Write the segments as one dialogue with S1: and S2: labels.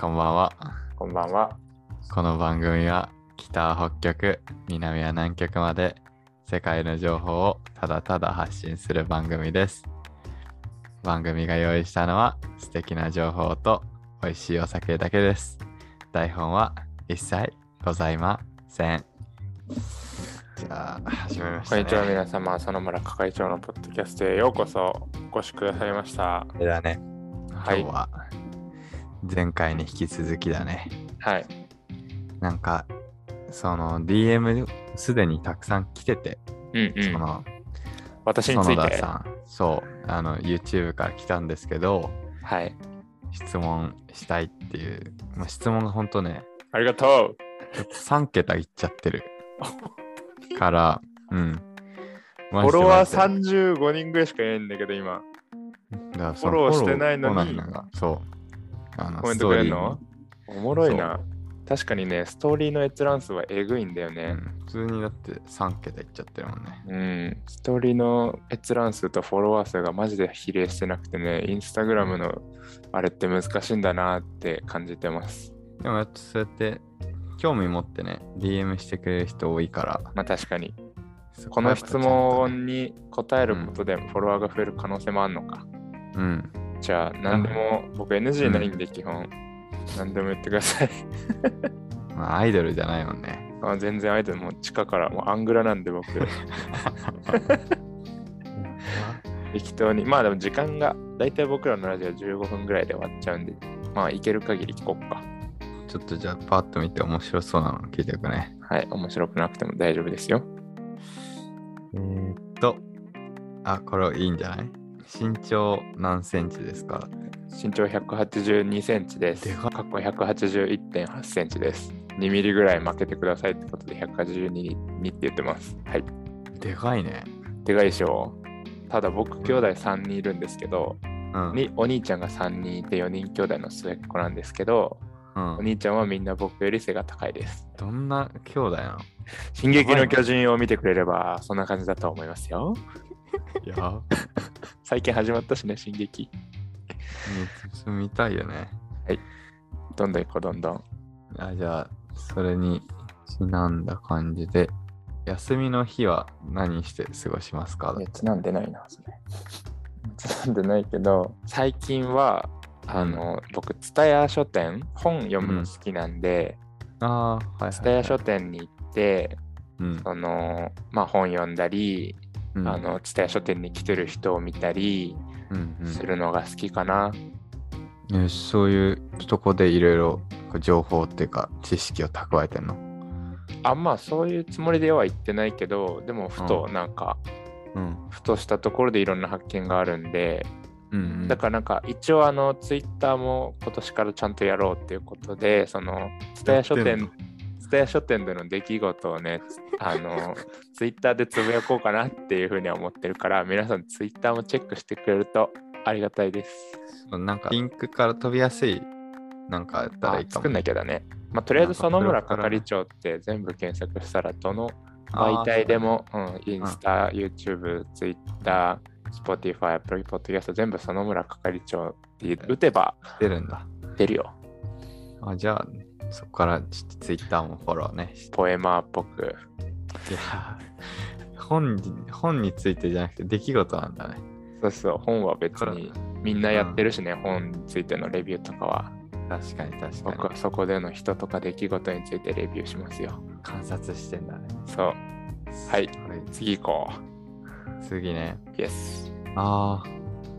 S1: こんばんは。
S2: こんばんは。
S1: この番組は北は北極、南は南極まで世界の情報をただただ発信する番組です。番組が用意したのは素敵な情報と美味しいお酒だけです。台本は一切ございません。じゃあ、始めました、
S2: こん
S1: ね。
S2: にちは、皆様。佐野村係長のポッドキャストへようこそお越しくださいました。
S1: あれだね。今
S2: はい
S1: 日は前回に引き続きだね。
S2: はい。
S1: なんか、その DM すでにたくさん来てて、
S2: うんう
S1: そ
S2: ん。
S1: の
S2: 私につい
S1: 園田
S2: て。
S1: さん、そう、あの YouTube から来たんですけど、
S2: はい。
S1: 質問したいっていう、まあ、質問が本当ね、
S2: ありがとう。
S1: 3桁いっちゃってるから、うん。フ
S2: フォロワー
S1: フ
S2: 35人ぐらいしかいないんだけど、今。
S1: ォ
S2: フォローしてないのに
S1: フォロー来いがそう。あの
S2: コメントくれる
S1: ス
S2: の
S1: ト
S2: おもろいな。確かにね、ストーリーの閲覧数はえぐいんだよ
S1: ーリー
S2: ね
S1: に、。うん普通にだって3桁いっちゃってるもんね。
S2: うん。ストーリーの閲覧数とフォロワー数がマジで比例してなくてね、インスタグラムのあれって難しいんだなって感じてます。
S1: でもやっとそうやって興味持ってね DM してくれる人多いから
S2: まあ確かに。
S1: そ
S2: こ
S1: は
S2: の
S1: やっぱ
S2: 質
S1: ちゃんとね
S2: 問に答えることでフォロワーが増える可能性もあるのか。
S1: うん
S2: じゃあ、何でも、僕 NG ないんで、基本。何でも言ってください。
S1: まあアイドルじゃないもんね
S2: あ全然相手もう地下から、もうアングラなんで 僕。適当に。まあでも時間が、だいたい僕らのラジオ15分ぐらいで終わっちゃうんで、まあいける限り聞こっか。
S1: ちょっとじゃあパッと見て面白そうなの聞いておくね
S2: はい、面白くなくても大丈夫ですよ。
S1: えー、っとあこれいいんじゃない身長何センチですか
S2: 身長182センチです。
S1: でかっ
S2: 過去181.8センチです。2ミリぐらい負けてくださいってことで182にって言ってます。はい。
S1: でかいね
S2: でかいでしょただ僕兄弟3人いるんですけど、
S1: うん、
S2: にお兄ちゃんが3人いて4人兄弟の末っ子なんですけど、
S1: う
S2: お
S1: ん、
S2: 兄ちゃんはみんな僕より背が高いです。
S1: どんな兄弟 なの
S2: 進撃の巨人を見てくれればそんな感じだと思いますよ。
S1: いや
S2: 最近始まったしね、進撃。
S1: 見見たいよね
S2: どんどん行こう、どんどん。
S1: あじゃあそれにちなんだ感じで休みの日は何して過ごしますか
S2: つなんでないな、それ。 つなんでないけど、最近は、あの、僕、蔦屋書店、本読むの好きなんで、
S1: ああ、はい、はいはい。
S2: 蔦屋書店に行って、
S1: うん。
S2: その、まあ本読んだり、
S1: うん
S2: あ、の、蔦屋書店に来てる人を見たり
S1: うんうん
S2: するのが好きかな。
S1: ねそういうとこでいろいろこう情報っていうか知識を蓄えてんの。
S2: あんまあそういうつもりでは言ってないけど、でもふとなんか、
S1: うん。
S2: ふとしたところでいろんな発見があるんで、
S1: うん、うん。
S2: だからなんか一応あの、ツイッターも今年からちゃんとやろうっていうことで、その、蔦屋書
S1: やってんの
S2: 店、蔦屋書店での出来事をね、つ あの、ツイッターでつぶやこうかなっていうふうには思ってるから、皆さんツイッターもチェックしてくれるとありがたいです。
S1: そうなんかリンクから飛びやすいなんかやったらいい
S2: あ
S1: かも。
S2: 作んなきゃだね。まあ、とりあえず園
S1: な
S2: 村
S1: んか
S2: 係長って全部検索したら、どの
S1: あー
S2: 媒体で。も、うん、インスタ、YouTube、Twitter、Spotify、Apple Podcast 全部園村係長って打てば
S1: そう出るんだ。
S2: 出るよ。
S1: あじゃあ、そこからちょっとツイッターもフォローね。し
S2: ポエマーっぽく。
S1: いや ー本に本についてじゃなくて出来事なんだね。
S2: そうそう、本は別
S1: だから
S2: にみんなやってるしね、本についてのレビューとかは。
S1: 確かに確かに。
S2: 僕はそこでの人とか出来事についてレビューしますよ。
S1: 観察してんだね。
S2: そう、はい
S1: すごい。
S2: 次行こ
S1: 次ね。
S2: う。イエス。
S1: あ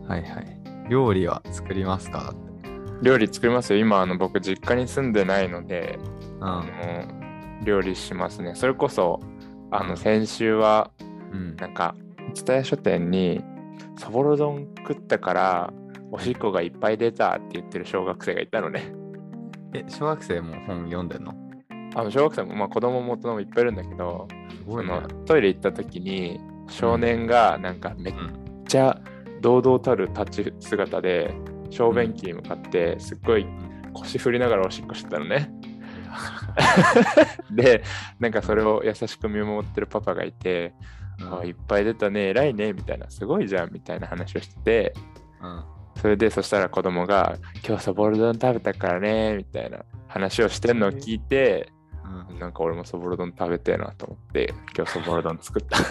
S1: あ、はいはい。料理は作りますかだって。
S2: 料理作りますよ。今、あの僕、実家に住んでないので、
S1: う
S2: あの料理しますね。それこそあの先週は
S1: ん。
S2: なんか蔦屋書店にそぼろ丼食ったからおしっこがいっぱい出たって言ってる小学生がいたのね。
S1: え、小学生も本読んでんの
S2: あの小学生も、まあ、子供も大人もいっぱいいるんだけど、
S1: す
S2: そ
S1: ごいね
S2: の。トイレ行った時に少年がなんかめっ
S1: うん
S2: ちゃ堂々たる立ち姿で小便器に向かってすっごい腰振りながらおしっこしてたのね。でなんかそれを優しく見守ってるパパがいてあいっぱい出たね、偉いね、みたいな、すごいじゃん、みたいな話をしてて、
S1: うん
S2: それでそしたら子供が「今日そぼろ丼食べたからね」みたいな話をしてんのを聞いて
S1: うん
S2: なんか俺もそぼろ丼食べてえなと思って今日そぼろ丼作った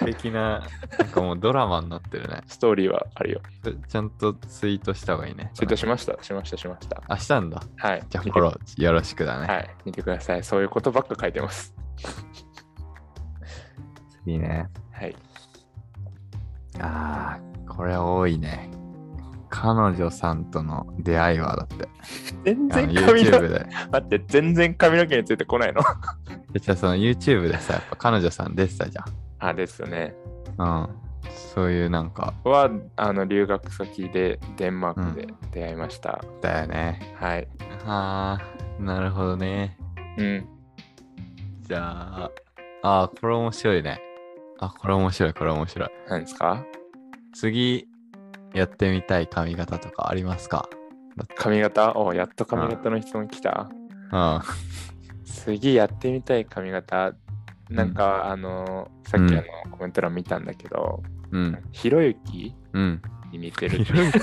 S1: 完璧な、なんかもうドラマになってるね。
S2: ストーリーはあるよ
S1: ちょちゃんとツイートした方がいいね。
S2: ツイートしましたしましたしました
S1: あ、したんだ。
S2: はい
S1: じゃあフォローよろしくだね。
S2: はい見てくださいそういうことばっか書いてます
S1: い、いね。
S2: はい
S1: ああ、これ多いね。彼女さんとの出会いはだって。
S2: 全
S1: あの
S2: 然髪の毛
S1: YouTube で。
S2: 待って全然髪の毛についてこないの
S1: じゃあその YouTube でさ、やっぱ彼女さん出てたじ
S2: あですよね
S1: ゃん。うん。そういうなんか、
S2: はあの留学先でデンマークで出会いました、
S1: だよね。
S2: はい
S1: ああ、なるほどね。
S2: うん
S1: じゃあ、ああ、これ面白いね。あ、これ面白い、これ面白い。
S2: 何ですか
S1: 次、やってみたい髪型とかありますか
S2: 髪型おやっと髪型の質問来た
S1: うん。
S2: 次やってみたい髪型なんか、あのさっきあのコメント欄見たんだけど、
S1: うん。
S2: ひろゆき
S1: うん。
S2: に似てる
S1: ひろゆき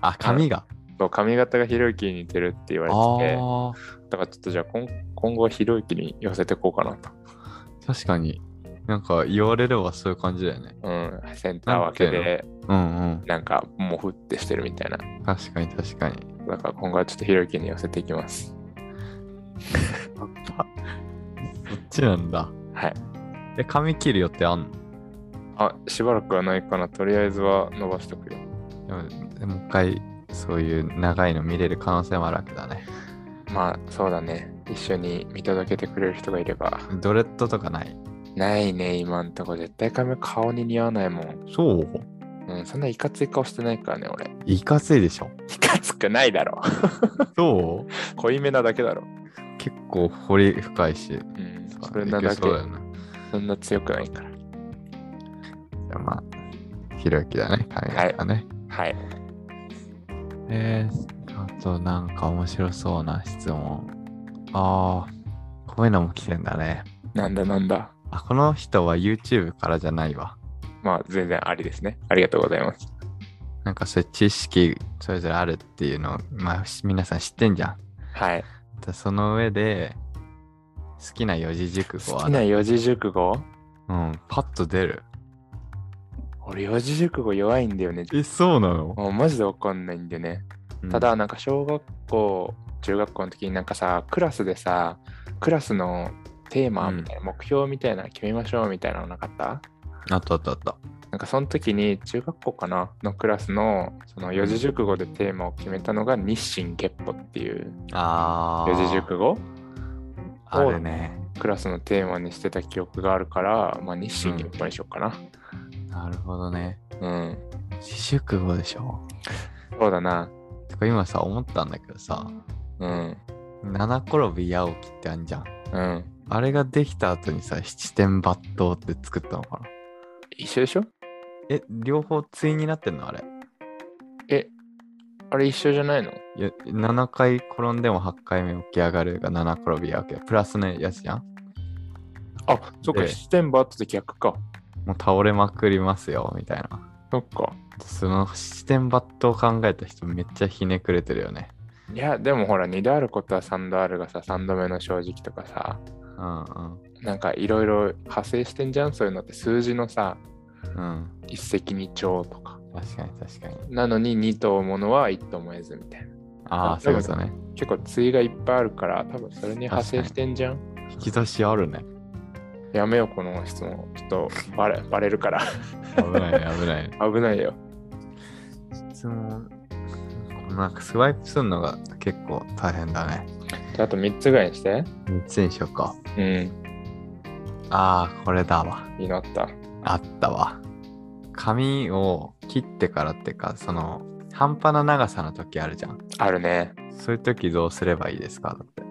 S1: あ、髪が。
S2: そう髪型がひろゆきに似てるって言
S1: あ
S2: われてて
S1: あー、
S2: だからちょっとじゃあ今今後ひろゆきに寄せてこうかなと、
S1: 確かに。なんか言われればそういう感じだよね。
S2: うん、センター分けで
S1: うんうん。
S2: なんかもふってしてるみたいな
S1: 確かに確かに。
S2: だから今後はちょっとひろゆきに寄せていきます
S1: そっちなんだ。
S2: はい
S1: で、髪切る予定あんの
S2: あしばらくはないかなとりあえずは伸ばしとくよ
S1: でもでもう一回、そういう長いの見れる可能性もあるわけだね。
S2: まあそうだね一緒に見届けてくれる人がいれば
S1: ドレッドとかない
S2: ないね、今んとこ。絶対髪顔に似合わないもん。
S1: そう
S2: うん、そんないかつい顔してないからね、俺。
S1: いかついでしょ。
S2: いかつくないだろ。
S1: そう
S2: 濃いめなだけだろ。
S1: 結構彫り深いし。
S2: うん、そ
S1: れ
S2: んなだけ、
S1: そうだよね。
S2: そんな強くないから。
S1: じゃあまあ、ひろゆきだね、髪型がね。
S2: はい。
S1: えー、あとなんか面白そうな質問。ああ、こういうのも来てんだね。
S2: なんだなんだ。
S1: あ、この人は YouTube からじゃないわ。
S2: まあ、全然ありですね。ありがとうございます。
S1: なんかそういう知識それぞれあるっていうのを、まあ、し皆さん知ってんじゃん。
S2: はい。
S1: だその上で、好きな四字熟語
S2: 好
S1: は
S2: きな四字熟語
S1: うん、パッと出る。
S2: 俺、四字熟語弱いんだよね。
S1: え、そうなの、
S2: もうマジでわかんないんだよね。ただ、、なんか小学校、中学校の時になんかさ、クラスでさ、クラスのテーマみたいな、目標みたいなの決めましょうみたいなのなかった
S1: あったあったあった。
S2: なんかその時に中学校かなのクラスのその四字熟語でテーマを決めたのが日進月歩っていう
S1: ああ。
S2: 四字熟語
S1: あるね。
S2: クラスのテーマにしてた記憶があるから、まあ、日進月歩にしようかな。
S1: なるほどね。
S2: うん、
S1: 四字熟語でしょ。
S2: そうだな。
S1: てか今さ、思ったんだけどさ、
S2: うん、
S1: 七転び八起きってあんじゃん。
S2: うん。
S1: あれができた後にさ、七点抜刀って作ったのかな
S2: 一緒でしょ
S1: え、両方対になってんのあれ。
S2: え、あれ一緒じゃないの
S1: いや、7回転んでも8回目起き上がるが7転び八起き。プラスのやつじゃん。
S2: あ、そっ
S1: ええ
S2: か、七点バートと逆か。
S1: もう倒れまくりますよ、みたいな。
S2: そっか。
S1: その七点抜刀を考えた人めっちゃひねくれてるよね。
S2: いや、でもほら、二度あることは三度あるがさ、三度目の正直とかさ、
S1: うんうん。
S2: なんかいろいろ派生してんじゃん、そういうのって数字のさ、
S1: うん。
S2: 一石二鳥とか。
S1: 確かに確かに。
S2: なのに2頭ものは1頭も得ずみたいな。
S1: ああ、
S2: あ
S1: そういうことね。
S2: 結構対がいっぱいあるから、多分それに派生してんじゃん。
S1: 引き出しあるね。
S2: やめよう、この質問。ちょっとバレバレるから。
S1: 危ないね、危ないね。
S2: 危ないよ。
S1: 質問。なんかスワイプするのが結構大変だね。
S2: じゃああと3つぐらいにして。
S1: 3つにしようか。
S2: うん。
S1: ああ、これだわ。
S2: 祈った。
S1: あったわ。髪を切ってからってか、その、半端な長さの時あるじゃん。
S2: あるね。
S1: そういう時どうすればいいですかだって。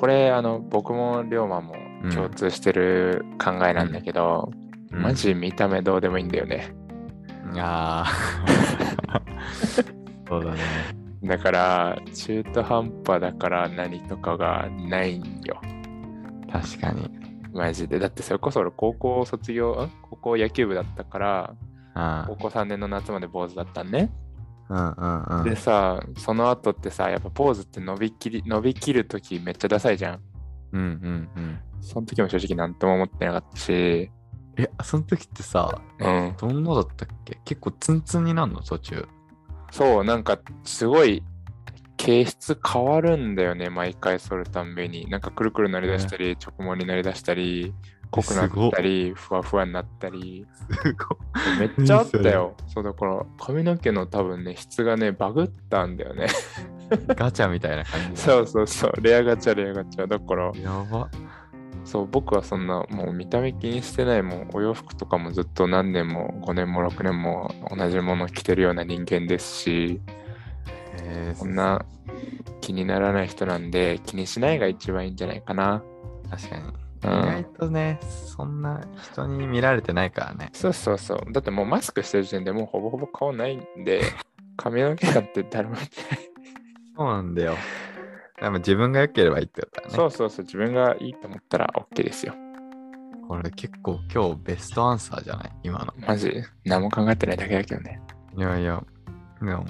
S2: これ、あの、僕も龍馬も共通してる考えなんだけど、マジ見た目どうでもいいんだよね。
S1: うんああ。 そうだね。
S2: だから、中途半端だから何とかがないんよ。
S1: 確かに。
S2: マジで。だってそれこそ俺高校卒業、ん高校野球部だったから、
S1: うん
S2: 高校3年の夏まで坊主だったんね。
S1: うんうんうん
S2: でさ、その後ってさ、やっぱポーズって伸びきり、伸びきるときめっちゃダサいじゃん。
S1: うんうんうん
S2: その時も正直なんとも思ってなかったし、
S1: えその時ってさ
S2: うん。
S1: どんなだったっけ結構ツンツンになるの途中
S2: そう、なんかすごい形質変わるんだよね、毎回それたんびに。なんかくるくるなりだしたり、直毛になりだしたり、濃くなったり、ふわふわになったり。
S1: すご
S2: めっちゃあったよ。そうだから髪の毛の多分ね、質がね、バグったんだよね。
S1: いガチャみたいな感じ
S2: そうそうそう、レアガチャレアガチャ。だから、
S1: やば
S2: そう、僕はそんなもう見た目気にしてない、もうお洋服とかもずっと何年も5年も6年も同じもの着てるような人間ですし、
S1: えー
S2: こんな気にならない人なんで、気にしないが一番いいんじゃないかな。
S1: 確かに
S2: う
S1: 意外
S2: ん。
S1: とねそんな人に見られてないからね
S2: そうそうそう。だってもうマスクしてる時点でもうほぼほぼ顔ないん で、髪の毛だって誰も見てない。
S1: そうなんだよでも自分が良ければいいってことだね
S2: そうそうそう、自分がいいと思ったら OK ですよ。
S1: これ結構今日ベストアンサーじゃない今の
S2: マジ、何も考えてないだけだけどね。
S1: いやいやでも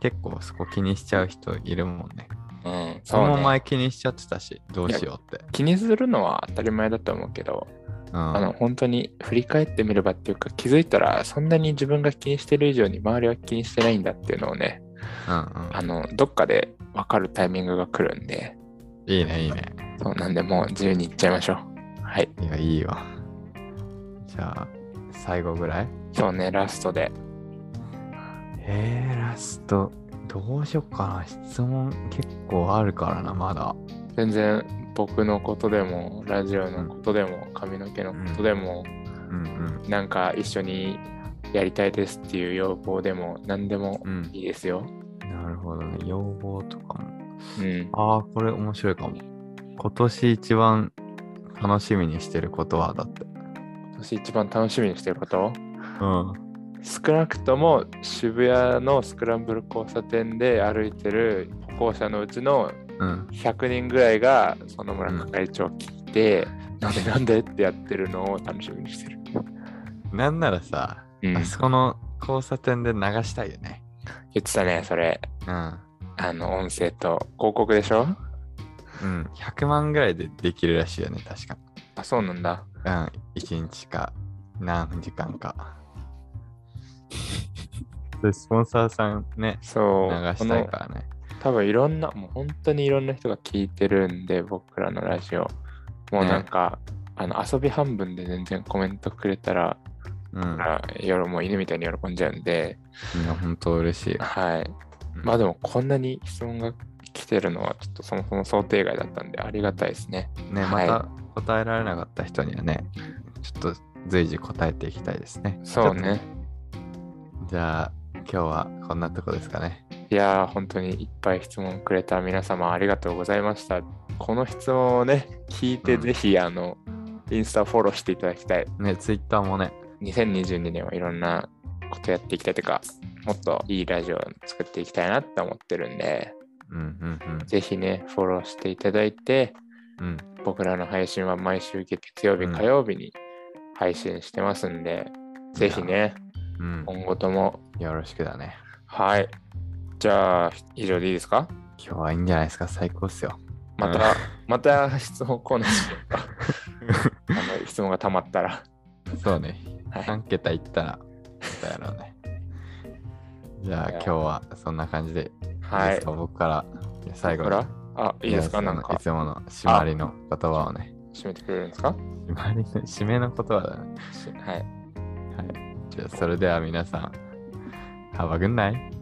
S1: 結構そこ気にしちゃう人いるもんね
S2: うん、
S1: その前気にしちゃってたしどうしようって
S2: 気にするのは当たり前だと思うけど、
S1: うん
S2: あの本当に振り返ってみればっていうか気づいたらそんなに自分が気にしてる以上に周りは気にしてないんだっていうのをね
S1: うん
S2: あのどっかで分かるタイミングが来るんで
S1: うんいいねいいね
S2: そうなんでもう自由にいっちゃいましょうはい
S1: いやいいわじゃあ最後ぐらい
S2: そうねラストで
S1: えー、ラストどうしよっかな質問結構あるからなまだ
S2: 全然僕のことでもラジオのことでも髪の毛のことでも、
S1: うん
S2: なんか一緒にやりたいですっていう要望でも何でも
S1: うんうん
S2: いいですよ、
S1: なるほどね要望とかも
S2: うん、
S1: ああ、これ面白いかも。今年一番楽しみにしてることはだって。
S2: 今年一番楽しみにしてること
S1: うん。
S2: 少なくとも渋谷のスクランブル交差点で歩いてる歩行者のうちの
S1: うん。
S2: 100人ぐらいがその村係長を聞いて、なんでなんでってやってるのを楽しみにしてる。
S1: なんならさ、
S2: うん
S1: あそこの交差点で流したいよね。
S2: 言ってたね、それ。
S1: うん。
S2: あの音声と広告でしょ
S1: うん。100万ぐらいでできるらしいよね、確か。
S2: あ、そうなんだ。
S1: うん。1日か、何時間か。 でスポンサーさんね、
S2: そ
S1: 流
S2: う。
S1: したいからね。
S2: この多分いろんな、もう本当にいろんな人が聞いてるんで、僕らのラジオ。もうなんか、あの遊び半分で全然コメントくれたら、
S1: うん。
S2: 夜もう犬みたいに喜んじゃうんで、
S1: いや、本当嬉しい。
S2: はい。
S1: うん
S2: まあでもこんなに質問が来てるのはちょっとそもそも想定外だったんでありがたいですね。
S1: ね、ま
S2: はい
S1: た答えられなかった人にはね、ちょっと随時答えていきたいですね。
S2: そうね。
S1: じゃあ今日はこんなとこですかね。
S2: いやー本当にいっぱい質問くれた皆様ありがとうございました。この質問をね、聞いて
S1: うん
S2: ぜひあの、インスタフォローしていただきたい。
S1: ね、ツイッターもね、
S2: 2022年はいろんなことやっていきたいというか、もっといいラジオを作っていきたいなって思ってるんで、
S1: うんうん
S2: ぜひね、フォローしていただいて、
S1: うんうん。
S2: 僕らの配信は毎週月曜日、
S1: うん
S2: 火曜日に配信してますんで、ぜひね、
S1: うん、
S2: 今後とも。
S1: よろしくだね。
S2: はい。じゃあ、以上でいいですか
S1: 今日はいいんじゃないですか、最高っすよ。
S2: また、また質問コーナーしよう かあの質問がたまったら。
S1: そうね、
S2: はい。
S1: 3桁いったら、どうやろうね。じゃあ
S2: い
S1: 今
S2: や
S1: 日はそんな感じで、
S2: はい
S1: いで
S2: い
S1: す。か僕から最後
S2: か
S1: に
S2: らあ、いいですか
S1: やその
S2: なんか
S1: い、つもの締まりの言葉をね、
S2: 締めてくれるんですか
S1: 締まりの締めの言葉だね。
S2: しはい。
S1: はい。じゃあそれでは皆さん、Have a good night!